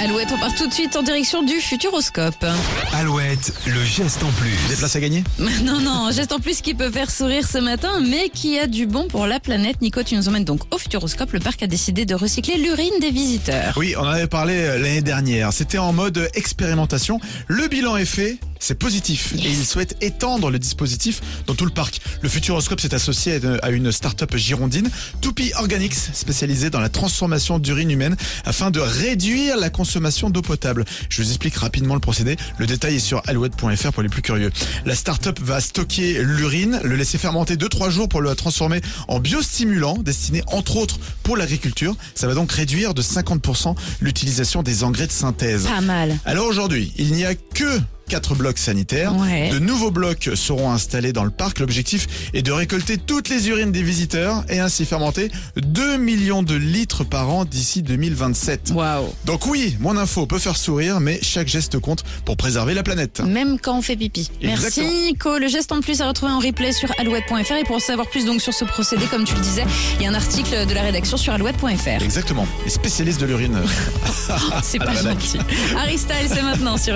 Alouette, on part tout de suite en direction du Futuroscope. Alouette, le geste en plus. Des places à gagner Non, non, un geste en plus qui peut faire sourire ce matin, mais qui a du bon pour la planète. Nico, tu nous emmènes donc au Futuroscope. Le parc a décidé de recycler l'urine des visiteurs. Oui, on en avait parlé euh, l'année dernière. C'était en mode expérimentation. Le bilan est fait. C'est positif et ils souhaitent étendre le dispositif dans tout le parc. Le Futuroscope s'est associé à une- à une start-up girondine, Toupie Organics, spécialisée dans la transformation d'urine humaine afin de réduire la consommation d'eau potable. Je vous explique rapidement le procédé. Le détail est sur alouette.fr pour les plus curieux. La start-up va stocker l'urine, le laisser fermenter 2-3 jours pour le transformer en biostimulant destiné entre autres pour l'agriculture. Ça va donc réduire de 50% l'utilisation des engrais de synthèse. Pas mal. Alors aujourd'hui, il n'y a que quatre blocs sanitaires. Ouais. De nouveaux blocs seront installés dans le parc. L'objectif est de récolter toutes les urines des visiteurs et ainsi fermenter 2 millions de litres par an d'ici 2027. Waouh. Donc oui, mon info peut faire sourire, mais chaque geste compte pour préserver la planète. Même quand on fait pipi. Merci Exactement. Nico. Le geste en plus à retrouver en replay sur alouette.fr. Et pour en savoir plus donc sur ce procédé, comme tu le disais, il y a un article de la rédaction sur alouette.fr. Exactement. Les spécialistes de l'urine. C'est pas gentil. Harry Styles, c'est maintenant sur